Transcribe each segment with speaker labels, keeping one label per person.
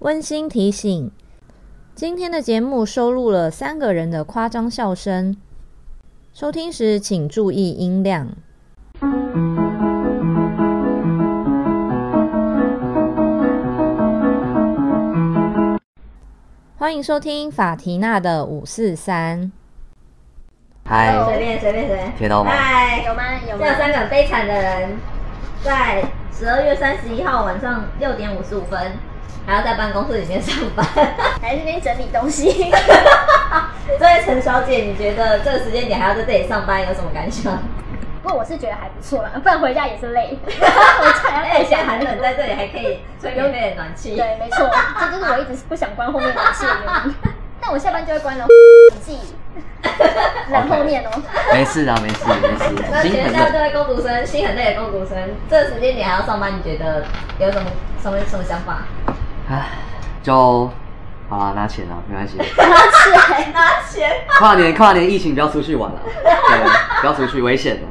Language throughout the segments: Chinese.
Speaker 1: 温馨提醒：今天的节目收录了三个人的夸张笑声，收听时请注意音量。欢迎收听法缇娜的五四三。
Speaker 2: 随
Speaker 3: 嗨，
Speaker 2: 便随便随便。
Speaker 3: 听到吗
Speaker 2: 嗨，
Speaker 4: 有吗？有吗
Speaker 2: 这？三个悲惨的人，在十二月三十一号晚上六点五十五分，还要在办公室里面上班。
Speaker 4: 还在这边整理东 西。
Speaker 2: 所以陈小姐，你觉得这个时间点还要在这里上班，有什么感 想？
Speaker 4: 不过我是觉得还不错啦，不然回家也是 累。我差点
Speaker 2: 哎、现在寒冷，在这里还可以吹免费的暖气。
Speaker 4: 对，没错，这就是我一直不想关后面暖气的原 因。但我下班就会关了，自 己冷后面哦。
Speaker 3: 没事啊，没事没事，
Speaker 2: 那
Speaker 3: 心
Speaker 2: 全
Speaker 3: 很
Speaker 2: 校这
Speaker 3: 冷。
Speaker 2: 位工读生，心很累的工读生，这个时间点还要上班，你觉得有什么什么什么想法？
Speaker 3: 唉，就好啦，拿钱啦，啊没 关系。
Speaker 4: 是，
Speaker 2: 拿钱，
Speaker 3: 跨年跨年疫情不要出去玩了，对，不要出去危险的。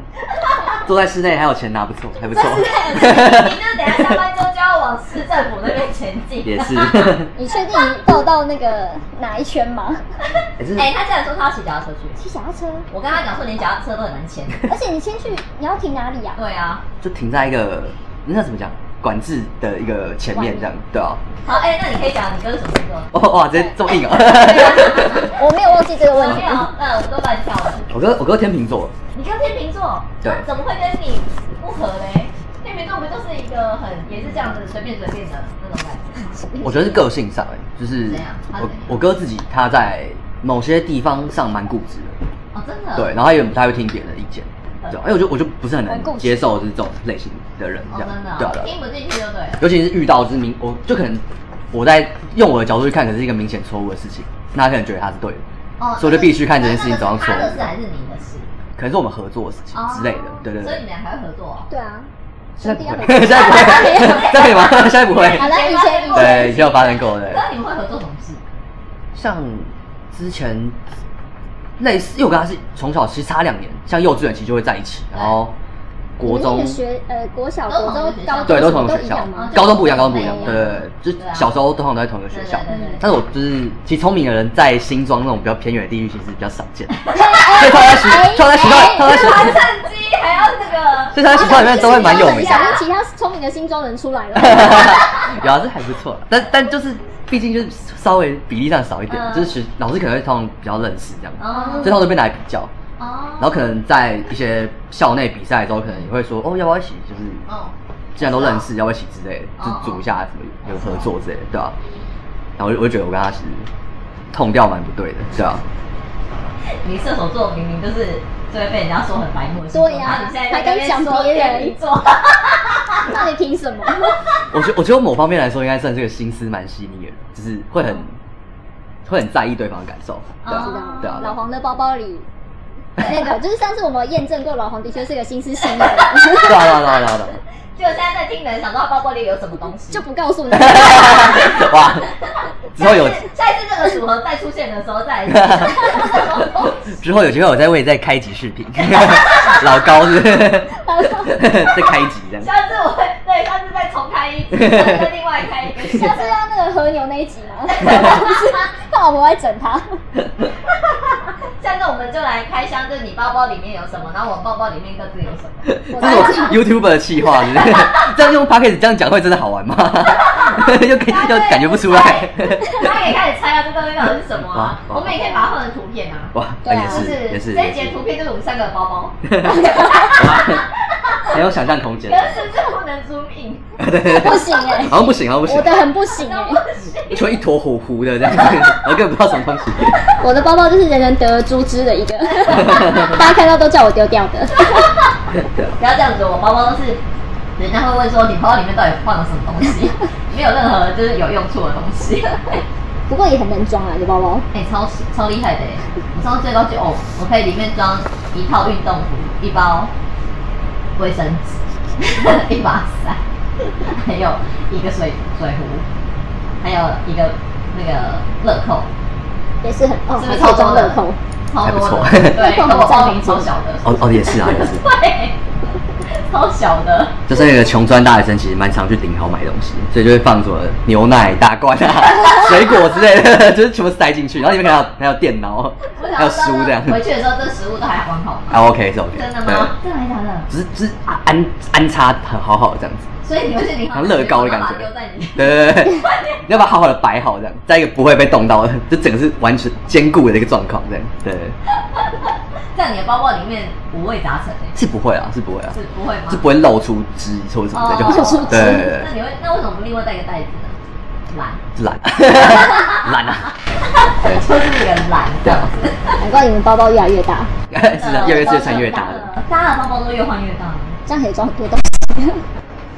Speaker 3: 坐在室内还有钱拿，不错，还不错。
Speaker 2: 你那等一下下班之后就要往市政府那边前 进。
Speaker 3: 也是，
Speaker 4: 你确定你到到那个哪一圈吗？
Speaker 3: 也是
Speaker 2: 哎、他竟然说他要骑脚踏车去，
Speaker 4: 骑小车，
Speaker 2: 我跟他讲说连脚踏车都很难牵。
Speaker 4: 而且你先去，你要停哪里啊？
Speaker 2: 对啊，
Speaker 3: 就停在一个那怎么讲，管制的一个前面这样，对啊。
Speaker 2: 好，哎、那你可以讲你哥是什么星座？
Speaker 3: 哇哇，直接这么硬啊！
Speaker 4: 我没有忘记这个问
Speaker 2: 我
Speaker 4: 题
Speaker 2: 没。有，呃那我都乱跳了。
Speaker 3: 我哥我哥天秤座，
Speaker 2: 你看天秤座，
Speaker 3: 对
Speaker 2: 那怎么会跟你不合嘞？天秤座不就是一个很也是这样子随便随便的那种感觉？
Speaker 3: 我觉得是个性上、欸，就是
Speaker 2: 怎样他怎
Speaker 3: 我
Speaker 2: 样
Speaker 3: 我哥自己他在某些地方上蛮固执的。
Speaker 2: 哦，真的。
Speaker 3: 对，然后他有点不太会听别人的意见，对，哎因为我就我就不是很能
Speaker 4: 很共
Speaker 3: 接受就是这种类型的人
Speaker 2: 哦，
Speaker 3: 这样，
Speaker 2: 真的哦、
Speaker 3: 对啊对啊
Speaker 2: 听不进去就对了。
Speaker 3: 尤其是遇到就是明，我就可能我在用我的角度去看，可能是一个明显错误的事情，那他可能觉得他是对的，
Speaker 2: 哦
Speaker 3: 所以我就必须看这件事情怎样
Speaker 2: 那那是他的
Speaker 3: 说
Speaker 2: 事还是你的事？
Speaker 3: 可能是我们合作的事情之类的
Speaker 2: 哦，
Speaker 3: 对对
Speaker 2: 所以你
Speaker 3: 对
Speaker 2: 们。俩还会合作、哦？
Speaker 4: 对啊，
Speaker 3: 现在不
Speaker 4: 兄
Speaker 3: 会，
Speaker 4: 弟要
Speaker 3: 现在不会，现在可以吗？现在不会。
Speaker 4: 好了，以前以前
Speaker 3: 对，以前有发生过， 对。
Speaker 2: 那你们会合作什么事？
Speaker 3: 像之前类似，因为我跟他是从小其实差两年，像幼稚园其实就会在一起，然后国
Speaker 4: 你
Speaker 3: 中
Speaker 4: 们那个学呃国小、
Speaker 2: 都
Speaker 4: 国
Speaker 2: 同一个
Speaker 4: 中
Speaker 2: 学、校
Speaker 4: 高中
Speaker 3: 对，都
Speaker 4: 什
Speaker 3: 同
Speaker 4: 么
Speaker 3: 一个学
Speaker 4: 一
Speaker 3: 校
Speaker 4: 样吗，？
Speaker 3: 高中不一样，高中不一样，对
Speaker 4: 对
Speaker 3: 对对，就是
Speaker 2: 对啊
Speaker 3: 小时候通常都在同一个学校
Speaker 2: 对对对。
Speaker 3: 但是我就是，其实聪明的人在新庄那种比较偏远的地域，其实比较少见。所以他在学，他在学校，他在学，
Speaker 2: 趁机还要那个
Speaker 3: 所以他在学校里面都会蛮有名
Speaker 4: 你
Speaker 3: 的。
Speaker 4: 想其他聪明的新庄人出来了，
Speaker 3: 有啊，这还不错，但但就是，毕竟就是稍微比例上少一点，
Speaker 2: 嗯
Speaker 3: 就是学老师可能会通常比较认识这样，
Speaker 2: 哦
Speaker 3: 所以他们都被拿来比较。
Speaker 2: 哦
Speaker 3: 然后可能在一些校内比赛的时候，可能也会说，哦，要不要一起？就是
Speaker 2: 哦，
Speaker 3: 既然都认识，要不要一起之类的，就
Speaker 2: 哦
Speaker 3: 组一下什么有合作之类的，对吧、然后我就我就觉得我跟他其实痛掉蛮不对的，对吧、
Speaker 2: 你射手座明明就是就会被人家说很白目的星座，
Speaker 4: 对呀
Speaker 2: 然后你现在在那边
Speaker 4: 还敢讲
Speaker 2: 说
Speaker 4: 别人
Speaker 2: 天秤 座，
Speaker 4: 那你凭什么？
Speaker 3: 我觉我觉得某方面来说，应该算是个心思蛮细腻的人，就是会很、会很在意对方的感受，对吧、
Speaker 2: 哦
Speaker 3: 对啊
Speaker 4: 老黄的包包里。那个就是上次我们验证过，老黄的确是个心思细腻的人，
Speaker 3: 对啊，对啊，对啊，对啊对啊
Speaker 2: 就现在在听的人想说他包包里有什么东 西，
Speaker 4: 就不告诉你。
Speaker 3: 哇，之后有
Speaker 2: 下一次下一次这个组合再出现的时 候再来。
Speaker 3: 之后有机会，我再为你再开一集视频，老高是不是再开一集这样。
Speaker 2: 下次我会对，下次再重开一集，下次再另外开一个。
Speaker 4: 下次要那个和牛那一集嘛，他老婆在整他，
Speaker 2: 下次我们就来开箱，就是你包包里面有什么，然后我包包里面各自有什 么。
Speaker 4: 我
Speaker 3: 这是我 YouTuber 的气话，是不是？这样用 Podcast 这样讲会真的好 玩吗？又可以
Speaker 2: 啊
Speaker 3: 又感觉不出来。
Speaker 2: 大家可以开始猜啊，这东西到底是 什么啊？
Speaker 3: 哇
Speaker 2: 我
Speaker 3: 哇
Speaker 2: 们也可以把它换成图片啊。
Speaker 3: 哇，
Speaker 4: 对啊
Speaker 3: 也
Speaker 2: 就是
Speaker 3: 也是
Speaker 2: 这一
Speaker 3: 也
Speaker 2: 节
Speaker 3: 是
Speaker 2: 图片就是我们三个的包包，
Speaker 3: 很有想象空间
Speaker 2: 可。是是不是不能 zoom in？
Speaker 4: 不行哎，
Speaker 3: 好像不行，欸好像不
Speaker 4: 我
Speaker 3: 行
Speaker 4: 的，很不行哎，
Speaker 3: 就一坨糊糊的这样， 然后根本不知道什么东西。
Speaker 4: 我的包包就是人人得而诛之的一个，大家看到都叫我丢掉的。
Speaker 2: 不要这样子，我包包都是人家会问说你包包里面到底放了什么东 西，没有任何就是有用处的东西。
Speaker 4: 不过也很能装啊，这包包。
Speaker 2: 哎、超超厉害的耶！我上次最高级哦，我可以里面装一套运动服、一包卫生纸、 一把伞，还有一个水水壶，还有一个那个乐扣，
Speaker 4: 也是很哦，
Speaker 2: 是不
Speaker 4: 还
Speaker 2: 是
Speaker 4: 可
Speaker 2: 超
Speaker 4: 以装
Speaker 2: 多的
Speaker 4: 乐扣，
Speaker 2: 超
Speaker 3: 还不
Speaker 2: 多
Speaker 3: 错哦啊
Speaker 2: 的，对，
Speaker 4: 乐扣
Speaker 2: 可我
Speaker 4: 很占
Speaker 2: 包
Speaker 4: 地
Speaker 2: 里
Speaker 4: 方
Speaker 2: 超小的，
Speaker 3: 哦哦，也是啊，也是。
Speaker 2: 对，超小的，
Speaker 3: 就身为一个穷专大学生，其实蛮常去顶好买东西，所以就会放什么牛奶大罐 啊、水果之类的，就是全部塞进去。然后里面还有还有电脑，
Speaker 2: 我
Speaker 3: 还有食物这样。
Speaker 2: 回去的时候，这食物都还还好吗？
Speaker 3: 啊，OK，是 OK。
Speaker 2: 真的吗？？真的还假的？
Speaker 3: 只是只是啊安安插很好好的这样子，
Speaker 2: 所以你会去领
Speaker 3: 像乐高的感觉
Speaker 2: 丢在你
Speaker 3: 对对对对，你要把它好好的摆好这样，在一个不会被动到的，就整个是完全坚固的一个状况这样。对，
Speaker 2: 在你的包包里面五味杂陈欸
Speaker 3: 是不会啊，是不会啊，
Speaker 2: 是不会吗？
Speaker 3: 是不会露出汁或者什么的，就
Speaker 2: 哦
Speaker 3: 不
Speaker 2: 露
Speaker 3: 错
Speaker 2: 出。
Speaker 3: 对对对
Speaker 2: 那你会那为什么不另外带一个袋子呢？懒，
Speaker 3: 对，懒， 懒啊，对，
Speaker 2: 就是一个懒这 样子。
Speaker 4: 难怪你们包包越来越大，
Speaker 3: 是的，
Speaker 2: 嗯
Speaker 3: 越来越越穿越大了。
Speaker 2: 大家的包包都越换越 大。
Speaker 4: 这样可以装很多东
Speaker 2: 嗯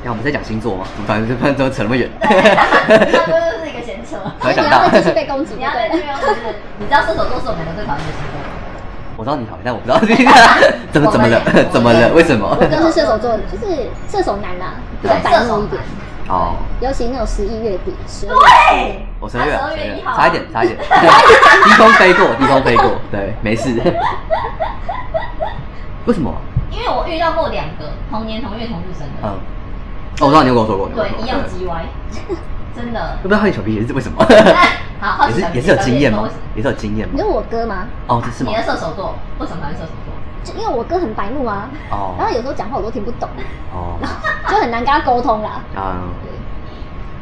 Speaker 3: 然后我们在讲星座吗？反正反正怎么扯那么远？
Speaker 2: 那就是一个闲扯。
Speaker 3: 突然
Speaker 4: 西。你
Speaker 3: 想
Speaker 4: 要
Speaker 3: 到，
Speaker 4: 再继续被攻击，
Speaker 2: 你要在这
Speaker 4: 对了。
Speaker 2: 边，就是你知道射手座是我们两个最讨厌的星座吗。
Speaker 3: 我知道你讨厌，但我不知道你 怎么怎么
Speaker 2: 我们也
Speaker 3: 了，怎么了？为什么
Speaker 4: 我？哥是射手座，就是射手男啦，比较
Speaker 2: 对，
Speaker 4: 白
Speaker 2: 射
Speaker 4: 目
Speaker 2: 手
Speaker 4: 一点，
Speaker 3: 哦，
Speaker 4: 尤其那种十一月底、十二月
Speaker 2: 对，
Speaker 3: 哎我生日
Speaker 2: 他
Speaker 3: 了，
Speaker 2: 12
Speaker 3: 生
Speaker 2: 月
Speaker 3: 日
Speaker 2: 一
Speaker 3: 了
Speaker 2: 号，啊
Speaker 3: 差一点，差一点，低空飞过，低空飞过，对，没事。为什么？
Speaker 2: 因为我遇到过两个同年同月同日生
Speaker 3: 嗯，
Speaker 2: 的
Speaker 3: 哦，我知道你有跟我说过，你有跟我
Speaker 2: 对，
Speaker 3: 说
Speaker 2: 一
Speaker 3: 过
Speaker 2: 样
Speaker 3: 对
Speaker 2: G Y，真的。
Speaker 3: 不知道他有小皮鞋是为什么？
Speaker 2: 好，好
Speaker 3: 也
Speaker 2: 奇
Speaker 3: 是
Speaker 2: 小
Speaker 3: 也
Speaker 2: 姐
Speaker 3: 是有经验
Speaker 2: 小
Speaker 3: 吗
Speaker 2: 姐说？
Speaker 3: 也是有经验
Speaker 4: 你
Speaker 3: 吗
Speaker 4: 说？我哥吗？
Speaker 3: 哦，这是吗
Speaker 2: 你？的射手座为什么讨厌射手座？
Speaker 4: 就因为我哥很白目啊，
Speaker 3: 哦
Speaker 4: 然后有时候讲话我都听不懂，
Speaker 3: 哦，
Speaker 4: 就很难跟他沟通啦。
Speaker 3: 嗯。
Speaker 4: 对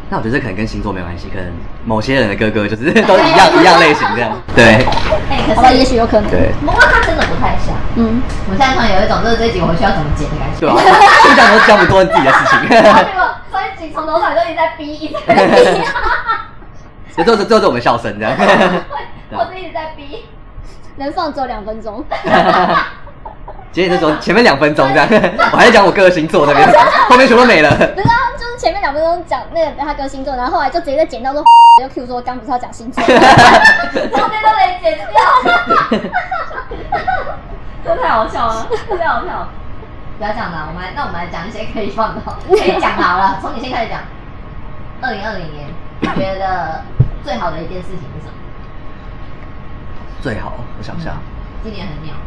Speaker 3: 那我觉得这可能跟星座没关系，可能某些人的哥哥就是都一样一样类型这样。对
Speaker 2: 哎，
Speaker 4: 好吧，
Speaker 2: 可
Speaker 4: 哦也
Speaker 2: 是
Speaker 4: 许有可能。
Speaker 3: 对
Speaker 2: 不过他真的不太像。
Speaker 4: 嗯，
Speaker 2: 我现在突然有一种就是这一集我回去要怎么剪的感觉。
Speaker 3: 对 啊，互相都教不多自己的事
Speaker 2: 然后
Speaker 3: 情。
Speaker 2: 结果所以集从头到尾都一直在逼，一直 在
Speaker 3: 啊就
Speaker 2: 逼，
Speaker 3: 就是就是我们笑声这样。
Speaker 2: 我是一直在逼。
Speaker 4: 能放只有两分钟，
Speaker 3: 杰姐就说前面两分钟这样，我还在讲我哥的星座那边，后面全部没了。
Speaker 4: 不是啊，就是前面两分钟讲那个他哥星座，然后后来就直接剪到说 又 Q 说刚不是要讲星 座，
Speaker 2: 中间都得剪掉，这太好笑了，这太好笑了。不要讲了，我们来那我们来讲一些可以放的，可以讲好了。从你先开始讲。二零二零年，你觉得最好的一件事情是什么？
Speaker 3: 最好我想一下，
Speaker 2: 今年很鸟，
Speaker 3: 啊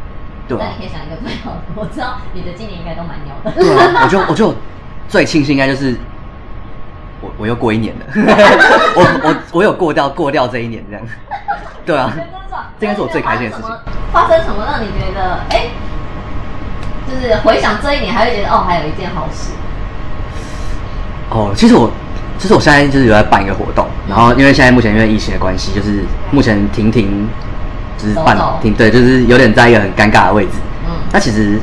Speaker 3: 对
Speaker 2: 那
Speaker 3: 啊
Speaker 2: 你可以想一个最好的。我知道你的今年应该都蛮鸟的。
Speaker 3: 对啊，我就我就最庆幸应该就是我我又过一年了，我我我有过掉过掉这一年这样。对 啊，这应该是我最开心的事情。
Speaker 2: 发生什么让你觉得哎、就是回想这一年，还会觉得哦，还有一件好事。
Speaker 3: 哦，其实我，其实我现在就是有在办一个活动，然后因为现在目前因为疫情的关系，就是目前停停，就是办
Speaker 2: 走走
Speaker 3: 停对，就是有点在一个很尴尬的位置。
Speaker 2: 嗯，
Speaker 3: 那其实，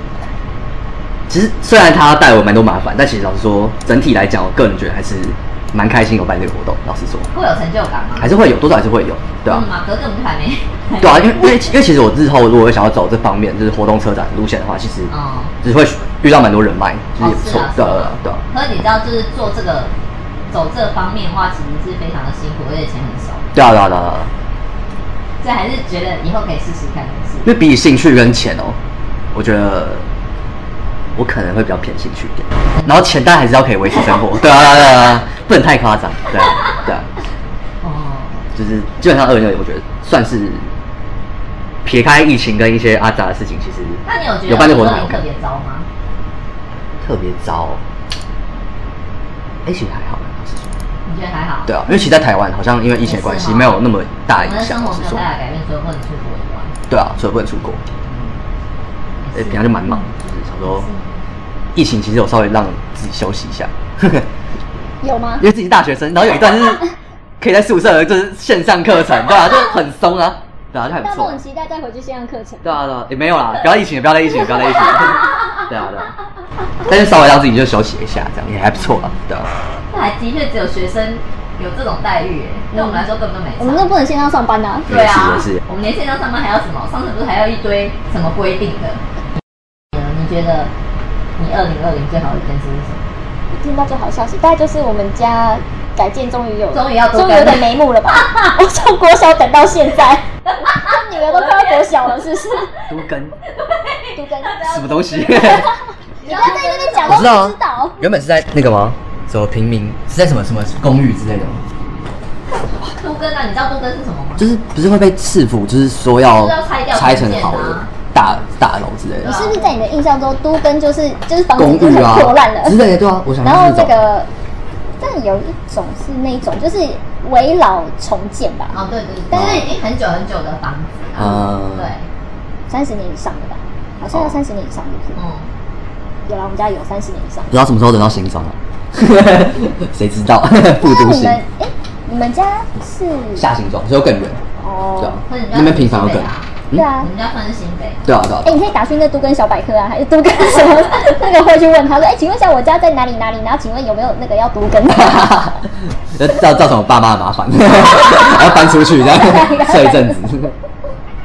Speaker 3: 其实虽然他带我蛮多麻烦，但其实老实说，整体来讲，我个人觉得还是蛮开心有办这个活动。老实说，
Speaker 2: 会有成就感吗？
Speaker 3: 还是会有多少还是会有，对啊。
Speaker 2: 嗯，马哥根本就还没。
Speaker 3: 对啊，因为因为因为其实我日后如果想要走这方面，就是活动车展路线的话，其实
Speaker 2: 哦，
Speaker 3: 就是会遇到蛮多人脉，就是也不错
Speaker 2: 哦，是
Speaker 3: 对
Speaker 2: 啊
Speaker 3: 啊
Speaker 2: 是啊
Speaker 3: 对啊对啊。
Speaker 2: 可是你知道，就是做这个走这方面的话，其实是非常的辛苦，而且钱很少，
Speaker 3: 对啊对啊对啊对啊，
Speaker 2: 所以还是觉得以后可以试试看，是
Speaker 3: 因为比起兴趣跟钱哦，我觉得我可能会比较偏兴趣一点，然后钱但还是要可以维持生活，对啊对啊对啊对啊，不能太夸张，对啊对啊，
Speaker 2: 哦，
Speaker 3: 就是基本上二零二零我觉得算是撇开疫情跟一些阿杂的事情，其实
Speaker 2: 那你有觉得
Speaker 3: 有办这活动
Speaker 2: 2020
Speaker 3: 还有
Speaker 2: 特
Speaker 3: 看
Speaker 2: 别糟吗？
Speaker 3: 特别糟，哎、其实还好，老实说
Speaker 2: 你觉得还好？
Speaker 3: 对啊啊，因为其实在台湾好像因为疫情的关
Speaker 2: 也是
Speaker 3: 系
Speaker 2: 哦
Speaker 3: 没有那么大的
Speaker 2: 我们
Speaker 3: 影
Speaker 2: 的
Speaker 3: 响，
Speaker 2: 生
Speaker 3: 老
Speaker 2: 活
Speaker 3: 实
Speaker 2: 没有
Speaker 3: 说
Speaker 2: 太，大改变，所以不能出国以外。
Speaker 3: 对啊，所以不能出国，哎、平常就蛮忙，
Speaker 2: 嗯
Speaker 3: 就是想说疫情其实有稍微让自己休息一 下。
Speaker 4: 有吗
Speaker 3: 因？为自己是大学生，然后有一段就是可以在宿舍就是线上课程，对啊，就很松啊，对啊，就还不
Speaker 4: 但我
Speaker 3: 错
Speaker 4: 很。期待再回去线上课程。
Speaker 3: 对啊，对啊，也没有啦，不要疫情，不要在疫情，不要 在疫情。对啊，对啊，但是稍微让自己就休息一下，这样也还不错啦，对啊。
Speaker 2: 那还的确只有学生有这种待遇耶，对我们来说根本没差。
Speaker 4: 我们都不能线上上班呐、啊，
Speaker 2: 对啊
Speaker 3: 也是也是，
Speaker 2: 我们连线上上班还要什么？上次不是还要一堆什么规定的？呃，你觉得你二零二零最好的一件事是什么？
Speaker 4: 听到就好消息，大概就是我们家改建终于有，
Speaker 2: 终于要多
Speaker 4: 终于有点眉目 了吧？我从国小等到现在，女儿都快要国小了，是不是？
Speaker 3: 都 跟
Speaker 4: 都跟
Speaker 3: 什么东 西？
Speaker 4: 你不要在这边讲，
Speaker 3: 我
Speaker 4: 都
Speaker 3: 知道啊
Speaker 4: 不知道。
Speaker 3: 原本是在那个吗？什么平民是在什么什么公寓之类的吗？
Speaker 2: 都跟啊，你知道都跟是什么吗？
Speaker 3: 就是不是会被赐福，就是说要
Speaker 2: 就是要拆掉
Speaker 3: 拆成
Speaker 2: 重建啊
Speaker 3: 好的，大大楼之类
Speaker 4: 你
Speaker 3: 的
Speaker 4: 是不是在你的印象中，都跟就是就是房
Speaker 3: 公
Speaker 4: 子哦就是
Speaker 3: 寓
Speaker 4: 很
Speaker 3: 啊
Speaker 4: 破烂了，
Speaker 3: 之类的，对啊，我想
Speaker 4: 然
Speaker 3: 到
Speaker 4: 后
Speaker 3: 是
Speaker 4: 这
Speaker 3: 这种。
Speaker 4: 个，但有一种是那一种就是围老重建吧，
Speaker 2: 哦，对对对，啊但是已经很久很久的房子了，
Speaker 3: 嗯，
Speaker 2: 对，
Speaker 4: 三十年以上的吧，好像要
Speaker 3: 哦
Speaker 4: 三十年以上是不是？
Speaker 2: 嗯，
Speaker 4: 有啦，我们家有三十年以上
Speaker 3: 不。知道什么时候轮到新 庄了，谁知道？复
Speaker 4: 那
Speaker 3: 读
Speaker 4: 你
Speaker 3: 型
Speaker 4: 们哎，你们家是
Speaker 3: 下新庄，所以更远，对啊
Speaker 4: 哦？，
Speaker 2: 那你家
Speaker 3: 那边平常有
Speaker 2: 对
Speaker 3: 更
Speaker 2: 啊，
Speaker 4: 对啊
Speaker 2: 我，们家算是新北，
Speaker 3: 对啊对啊
Speaker 4: 哎，，你可以打去那都跟小百科啊，还是都跟什么那个会去问他说，哎，请问一下我家在哪里哪里？然后请问有没有那个要都跟？
Speaker 3: 那造造成我爸妈的麻烦， 还要搬出去这样睡一阵子。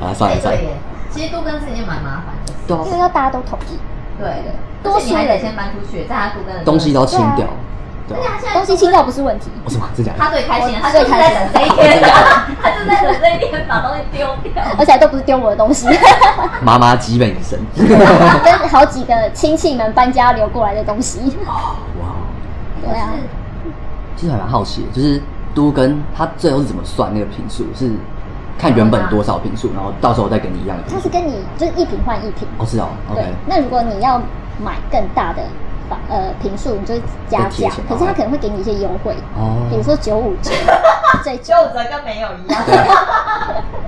Speaker 3: 啊，算
Speaker 2: 哎
Speaker 3: 了算了，
Speaker 2: 对耶，其实都跟自己蛮麻烦的，
Speaker 3: 对啊
Speaker 4: 因为要大家都同意，
Speaker 2: 对的，
Speaker 4: 多
Speaker 2: 而且你还
Speaker 4: 衰
Speaker 2: 得
Speaker 4: 人
Speaker 2: 先搬出去，在他都跟的
Speaker 3: 东西都清
Speaker 4: 对
Speaker 3: 掉
Speaker 4: 啊，
Speaker 3: 对
Speaker 2: 对
Speaker 3: 啊。
Speaker 2: 啊，现在
Speaker 4: 东西清掉不是问题。
Speaker 3: 我什么真假
Speaker 2: 他
Speaker 3: 的？
Speaker 2: 最开心了，
Speaker 4: 我
Speaker 2: 他就是
Speaker 4: 最
Speaker 2: 在
Speaker 4: 开
Speaker 2: 等
Speaker 4: 心
Speaker 2: 这一天，啊 他就在等这一天把东西丢 掉。
Speaker 4: 而且还都不是丢我的东西，
Speaker 3: 妈妈基本隐身。
Speaker 4: 跟好几个亲戚们搬家流过来的东西。
Speaker 3: 哇，
Speaker 4: 对啊，
Speaker 3: 其实还蛮好奇的，就是都跟他最后是怎么算那个平数？是看原本多少平数，然后到时候再给你一样的
Speaker 4: 它
Speaker 3: 平
Speaker 4: 是
Speaker 3: 数？
Speaker 4: 跟你就是一瓶换一瓶。
Speaker 3: 哦，是哦
Speaker 4: 对
Speaker 3: ，OK，，
Speaker 4: 那如果你要买更大的房呃平数，你就是加
Speaker 3: 会贴
Speaker 4: 价
Speaker 3: 钱，
Speaker 4: 可是它可能会给你一些优惠，比如
Speaker 3: 哦，
Speaker 4: 说九五折这
Speaker 2: 就
Speaker 4: 种。
Speaker 2: 折跟没有一样，
Speaker 3: 对，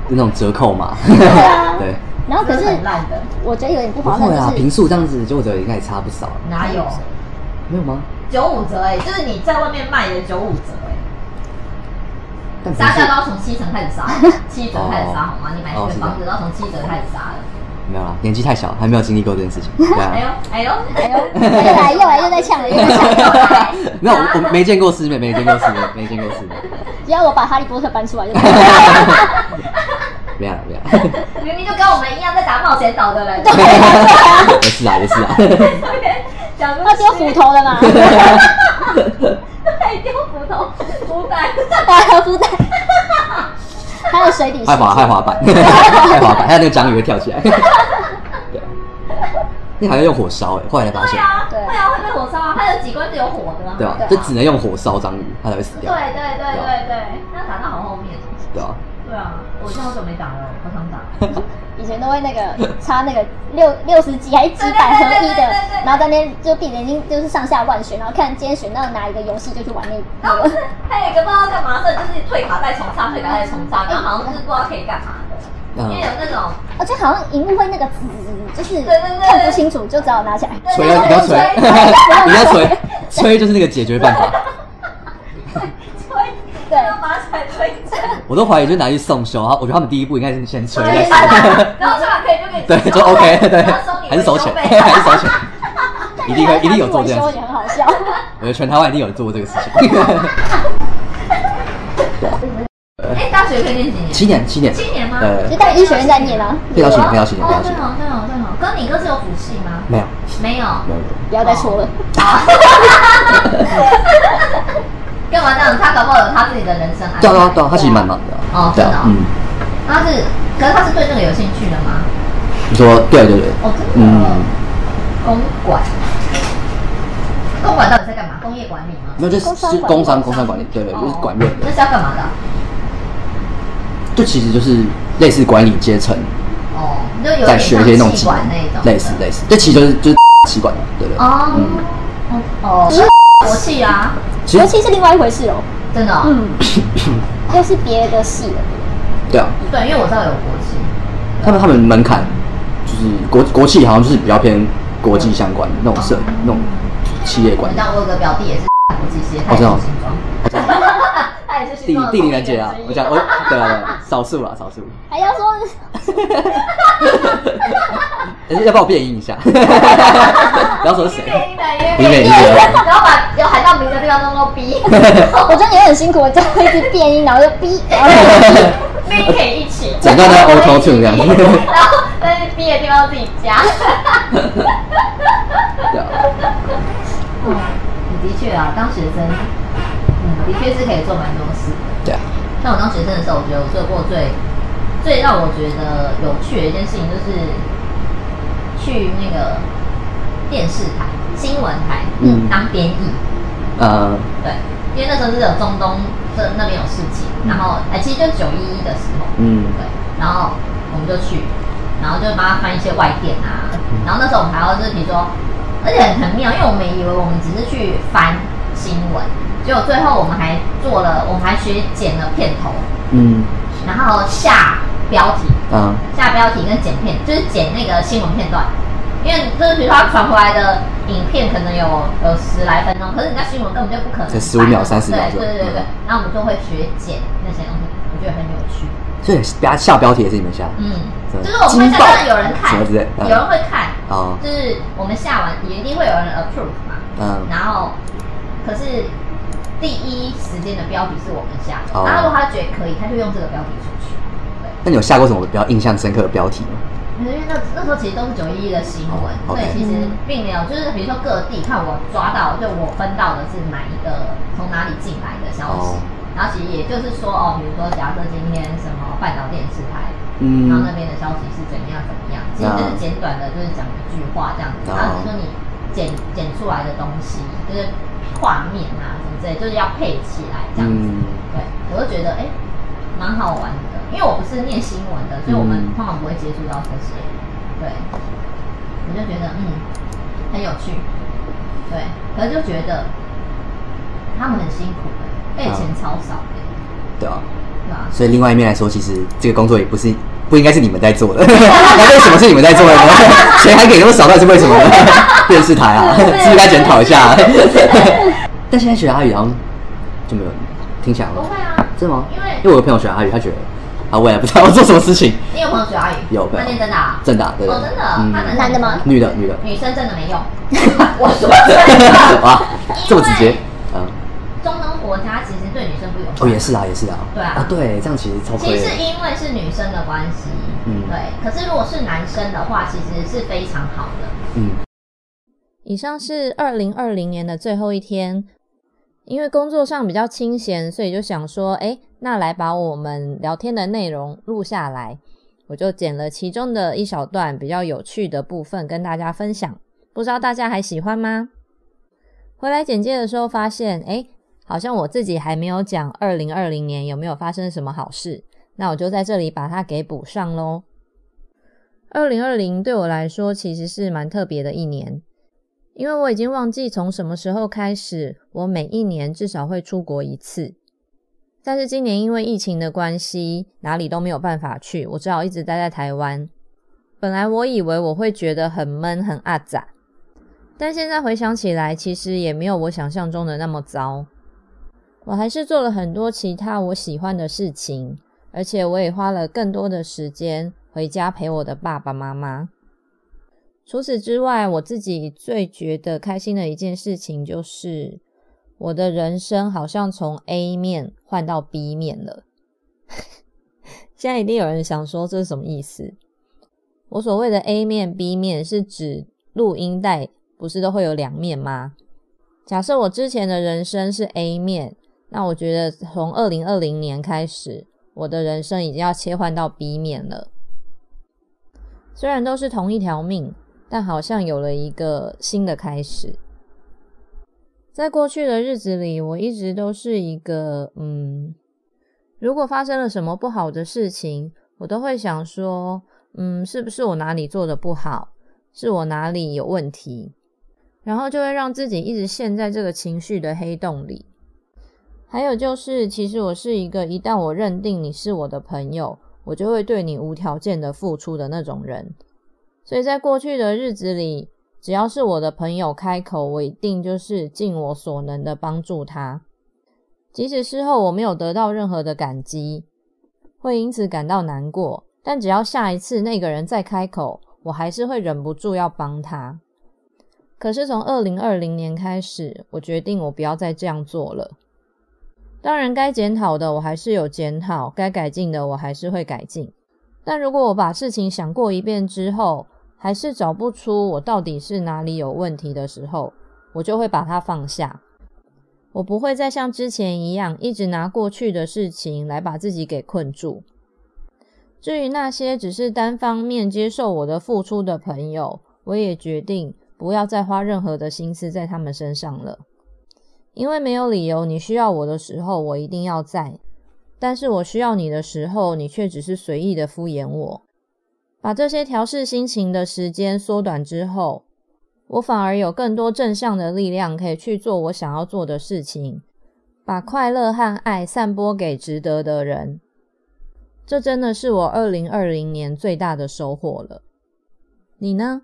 Speaker 3: 那种折扣嘛，
Speaker 4: 对 啊，
Speaker 3: 对，
Speaker 4: 然后可是
Speaker 2: 很烂的，
Speaker 4: 我觉得有点不
Speaker 3: 不
Speaker 4: 划算，
Speaker 3: 会啊，
Speaker 4: 就
Speaker 3: 平
Speaker 4: 是
Speaker 3: 数这样子九折应该也差不少，
Speaker 2: 哪有
Speaker 3: 没有吗？
Speaker 2: 九五折哎、就是你在外面卖的九五折哎、
Speaker 3: 但平
Speaker 2: 杀价
Speaker 3: 数
Speaker 2: 都要从七成开始杀，七折开始杀好吗？你买一个房子都要从七折开始杀了。
Speaker 3: 没有啦，年纪太小，还没有经历过这件 事情。对
Speaker 2: 哎呦
Speaker 3: 啊，
Speaker 2: 哎呦
Speaker 4: 哎呦，又来又来又在呛了，又在呛了。
Speaker 3: 没有，我我没见过世面，没见过世面，没见过世面，
Speaker 4: 只要我把哈利波特搬出来就可以了。
Speaker 3: 没有啦没有 啦，
Speaker 2: 明明就跟我们一样在打冒险岛的人，
Speaker 3: 也是啊也是啊，
Speaker 2: 讲
Speaker 4: 要丢斧头的嘛，
Speaker 2: 对， 丢斧头，五百，
Speaker 4: 啊，不在，还有水底世
Speaker 3: 害滑
Speaker 4: 界。
Speaker 3: 害滑 板，害滑板，还有那个章鱼会跳起来。 对啊，那好像用火烧哎，后来才发
Speaker 2: 对
Speaker 3: 现，
Speaker 2: 啊，
Speaker 4: 对
Speaker 2: 对啊，会被火烧啊，它有几关是有火的吗？
Speaker 3: 对吧
Speaker 4: 对啊？
Speaker 3: 就只能用火烧章鱼，它才会死
Speaker 2: 对
Speaker 3: 掉，
Speaker 2: 对对对对，那打到好后面。
Speaker 3: 对吧？
Speaker 2: 对啊，我现在好久没打了，好想打。
Speaker 4: 以前都会那个插那个六六十几还是几百合一
Speaker 2: 对对对
Speaker 4: 的
Speaker 2: 对对对，
Speaker 4: 然后在那边就闭着眼睛就是上下乱选，然后看今天选到哪一个游戏就去玩那
Speaker 2: 然
Speaker 4: 那
Speaker 2: 后不
Speaker 4: 个
Speaker 2: 是。还有一个不知道干嘛的，就是退卡再重插，退卡再重插，然后好像是不知道可以干嘛的，因为有
Speaker 3: 嗯，
Speaker 2: 那种
Speaker 4: 而且好像荧幕会那个滋就是
Speaker 2: 对对对
Speaker 4: 看不清楚，就只好拿起来。
Speaker 3: 锤啊，你要锤， 你要锤，锤就是那个解决办法。
Speaker 2: 推，
Speaker 4: 对
Speaker 2: 然后把它甩推正，
Speaker 3: 我都怀疑就是拿去送修，然后我觉得他们第一步应该是先吹，
Speaker 4: 对
Speaker 2: 然后退卡可以就给你
Speaker 3: 对，
Speaker 2: 收
Speaker 3: 就 OK，对，
Speaker 2: 然后收你
Speaker 3: 还是手钱，
Speaker 2: 维修 费
Speaker 3: 还是手 钱，一定会一定有做
Speaker 4: 维
Speaker 3: 这件
Speaker 4: 修
Speaker 3: 事
Speaker 4: 也
Speaker 3: 情。
Speaker 4: 很好笑。
Speaker 3: 我觉得全台湾一定有做过这个事情。
Speaker 2: 哎，大学可以念几
Speaker 3: 七年，
Speaker 2: 年？
Speaker 3: 七年，
Speaker 2: 七年吗
Speaker 3: 呃
Speaker 4: 就，当医学院在念啊，
Speaker 3: 配到七年，配到七年，配
Speaker 2: 哦
Speaker 3: 到，七
Speaker 2: 对
Speaker 3: 年，
Speaker 2: 哦，对哦，对哦。哥，你哥是有辅系吗？
Speaker 3: 没有，
Speaker 2: 没
Speaker 3: 没
Speaker 2: 有。
Speaker 3: 有，没
Speaker 4: 不要再说了。
Speaker 2: 干嘛这样？他搞不好有他自己的人生安排。
Speaker 3: 有。对啊，对啊，对啊，他其实蛮忙的啊。
Speaker 2: 哦
Speaker 3: 对
Speaker 2: 真的
Speaker 3: 啊
Speaker 2: 哦，
Speaker 3: 嗯，
Speaker 2: 他是，可是他是对这个有兴趣的吗？
Speaker 3: 你说对对对，
Speaker 2: 哦，真的哦
Speaker 3: 嗯。，
Speaker 2: 公馆，公馆到底在干嘛？工业管理哦吗？
Speaker 3: 没有，就是
Speaker 4: 工商
Speaker 3: 是
Speaker 4: 管理
Speaker 3: 工商工商管理，对对，就是管院
Speaker 2: 那
Speaker 3: 的，
Speaker 2: 是要干嘛的啊？
Speaker 3: 就其实就是类似管理阶层，
Speaker 2: 哦，就有
Speaker 3: 在
Speaker 2: 点
Speaker 3: 学一些那
Speaker 2: 像
Speaker 3: 种
Speaker 2: 气
Speaker 3: 技
Speaker 2: 管那一种
Speaker 3: 能，
Speaker 2: 的，
Speaker 3: 类似类似，这其实就是就是 气管的，对对，
Speaker 2: 哦
Speaker 3: 嗯，
Speaker 2: 哦哦，国气啊，
Speaker 3: 其
Speaker 4: 尤
Speaker 3: 实
Speaker 4: 其是另外一回事哦，
Speaker 2: 真的哦，
Speaker 4: 嗯， 又是别的系了。
Speaker 3: 对啊，
Speaker 2: 对，因为我知道有国气，
Speaker 3: 他们他们门槛就是国国企好像就是比较偏国际相关的那种社那种企业
Speaker 2: 我
Speaker 3: 管
Speaker 2: 知
Speaker 3: 理，
Speaker 2: 道我有个表弟也是国际系，他
Speaker 3: 真
Speaker 2: 也是
Speaker 3: 的哦
Speaker 2: 新庄，他 也是
Speaker 3: 地
Speaker 2: 新
Speaker 3: 理
Speaker 2: 庄的
Speaker 3: 地理人杰啊
Speaker 2: 同，
Speaker 3: 我
Speaker 2: 之一
Speaker 3: 讲我对啊对啊，少数啦少数，
Speaker 4: 还要说，
Speaker 3: 但是要不要我变音 一下？不要说是谁，
Speaker 2: 一
Speaker 3: 一
Speaker 2: 面
Speaker 3: 面
Speaker 2: 一
Speaker 3: 一
Speaker 2: 面
Speaker 3: 面，
Speaker 2: 然后把有喊到名的地方都都 逼，
Speaker 4: 我觉得你很辛苦，我就会一直变音，然后就逼，然后
Speaker 2: 逼可以一起，
Speaker 3: 整段都在 auto tune 这样，
Speaker 2: 然后但是逼的地方自己加。
Speaker 3: 对啊，
Speaker 2: 嗯，的确啊，当学生，嗯，的确是可以做蛮多事的。
Speaker 3: 对啊，
Speaker 2: 像我当学生的时候，我觉得我做过最最让我觉得有趣的一件事情，就是去那个电视台、新闻台，嗯
Speaker 3: 嗯，
Speaker 2: 当编译。
Speaker 3: 呃，
Speaker 2: 对，因为那时候是有中东这那边有事情，然后哎、其实就九一一的时候，
Speaker 3: 嗯
Speaker 2: 对，然后我们就去，然后就帮他翻一些外电啊。
Speaker 3: 嗯
Speaker 2: 然后那时候我们还要就是比如说，而且很妙，因为我们以为我们只是去翻新闻，结果最后我们还做了，我们还学剪了片头，
Speaker 3: 嗯
Speaker 2: 然后下标题，
Speaker 3: 啊
Speaker 2: 下标题跟剪片，就是剪那个新闻片段。因为就是比如说他传回来的影片可能有有十来分钟，可是人家新闻根本就不可能
Speaker 3: 才15秒30秒
Speaker 2: 对对对对对
Speaker 3: 嗯。
Speaker 2: 那我们就会学剪那些东西，我觉得很有趣。
Speaker 3: 所以标下标题也是你们下
Speaker 2: 嗯，
Speaker 3: 对
Speaker 2: 就是我们会
Speaker 3: 惊
Speaker 2: 下
Speaker 3: 爆
Speaker 2: 当然有人看
Speaker 3: 什么之类，嗯
Speaker 2: 有人会看，
Speaker 3: 哦
Speaker 2: 就是我们下完也一定会有人 approve 嘛。
Speaker 3: 嗯
Speaker 2: 然后，可是第一时间的标题是我们下的，
Speaker 3: 哦
Speaker 2: 然后如果他觉得可以，他就用这个标题出去。
Speaker 3: 那你有下过什么比较印象深刻的标题吗？
Speaker 2: 可是因为那那时候其实都是九一一的新闻，
Speaker 3: 哦
Speaker 2: 所以
Speaker 3: OK
Speaker 2: 其实并没有，就是比如说各地看我抓到，就我分到的是哪一个从哪里进来的消
Speaker 3: 哦
Speaker 2: 息，然后其实也就是说哦，比如说假设今天什么半岛电视台，然后
Speaker 3: 嗯，
Speaker 2: 那边的消息是怎么样怎么样，其实就是简短的，就是讲一句话这样子，
Speaker 3: 啊
Speaker 2: 然后就是说你剪剪出来的东西，就是画面啊什么之类，就是要配起来这样子。
Speaker 3: 嗯
Speaker 2: 对，我就觉得哎，蛮、好玩的，因为我不是念新闻的，所以我们
Speaker 3: 嗯
Speaker 2: 通常不会接触到这些。对，我就觉得嗯很有趣，对，可是就觉得他们很辛苦的、而且
Speaker 3: 啊
Speaker 2: 钱超少的、
Speaker 3: 对啊。
Speaker 2: 对吧、
Speaker 3: 所以另外一面来说，其实这个工作也不是不应该是你们在做 的，那为什么是你们在做的呢？钱还给那么少，到底是为什么呢？电视台 啊，是不是该检讨一下？ 但现在学阿语好像就没有听起来
Speaker 2: 不
Speaker 3: 了
Speaker 2: 会，啊，
Speaker 3: 真的吗？
Speaker 2: 因为
Speaker 3: 因为我有朋友学阿语，他觉得他未来不知道要做什么事情，
Speaker 2: 你有朋友学阿语？
Speaker 3: 有朋
Speaker 2: 那
Speaker 3: 友
Speaker 2: 念真的啊？
Speaker 3: 正大对对
Speaker 2: 哦，真的，他
Speaker 3: 嗯
Speaker 2: 能
Speaker 4: 男的吗
Speaker 3: 女的女 的，
Speaker 2: 女生真的 没用。我说真的，
Speaker 3: 哇，这么直接，嗯，
Speaker 2: 中东国家其实对女生不友善。
Speaker 3: 哦也是啊也是啊，
Speaker 2: 对啊
Speaker 3: 啊对，这样其实超
Speaker 2: 其
Speaker 3: 亏
Speaker 2: 实
Speaker 3: 的
Speaker 2: 是，因为是女生的关系，
Speaker 3: 嗯
Speaker 2: 对。可是如果是男生的话，其实是非常好的。
Speaker 3: 嗯，
Speaker 1: 以上是二零二零年的最后一天，因为工作上比较清闲，所以就想说，哎，那来把我们聊天的内容录下来。我就剪了其中的一小段比较有趣的部分跟大家分享，不知道大家还喜欢吗？回来简介的时候发现，哎，好像我自己还没有讲二零二零年有没有发生什么好事，那我就在这里把它给补上喽。二零二零对我来说其实是蛮特别的一年，因为我已经忘记从什么时候开始，我每一年至少会出国一次。但是今年因为疫情的关系，哪里都没有办法去，我只好一直待在台湾。本来我以为我会觉得很闷、很阿杂，但现在回想起来，其实也没有我想象中的那么糟。我还是做了很多其他我喜欢的事情，而且我也花了更多的时间回家陪我的爸爸妈妈。除此之外，我自己最觉得开心的一件事情就是，我的人生好像从 A 面换到 B 面了。 现在一定有人想说这是什么意思？我所谓的 A 面、B 面是指录音带不是都会有两面吗？假设我之前的人生是 A 面，那我觉得从二零二零年开始，我的人生已经要切换到 B 面了。虽然都是同一条命，但好像有了一个新的开始。在过去的日子里，我一直都是一个嗯，如果发生了什么不好的事情，我都会想说，嗯，是不是我哪里做的不好？是我哪里有问题？然后就会让自己一直陷在这个情绪的黑洞里。还有就是，其实我是一个一旦我认定你是我的朋友，我就会对你无条件的付出的那种人。所以在过去的日子里，只要是我的朋友开口，我一定就是尽我所能的帮助他，即使事后我没有得到任何的感激，会因此感到难过。但只要下一次那个人再开口，我还是会忍不住要帮他。可是从二零二零年开始，我决定我不要再这样做了。当然，该检讨的我还是有检讨，该改进的我还是会改进。但如果我把事情想过一遍之后，还是找不出我到底是哪里有问题的时候，我就会把它放下。我不会再像之前一样，一直拿过去的事情来把自己给困住。至于那些只是单方面接受我的付出的朋友，我也决定不要再花任何的心思在他们身上了。因为没有理由，你需要我的时候，我一定要在；但是我需要你的时候，你却只是随意的敷衍我。把这些调试心情的时间缩短之后，我反而有更多正向的力量可以去做我想要做的事情，把快乐和爱散播给值得的人。这真的是我二零二零年最大的收获了。你呢？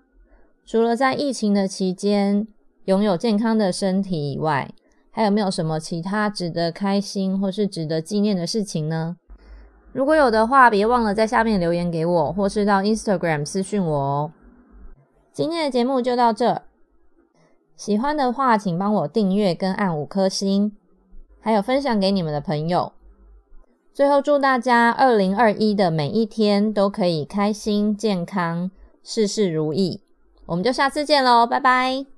Speaker 1: 除了在疫情的期间拥有健康的身体以外，还有没有什么其他值得开心或是值得纪念的事情呢？如果有的话，别忘了在下面留言给我，或是到 Instagram 私讯我哦。今天的节目就到这，喜欢的话请帮我订阅跟按五颗星，还有分享给你们的朋友。最后祝大家二零二一的每一天都可以开心、健康、事事如意。我们就下次见喽，拜拜。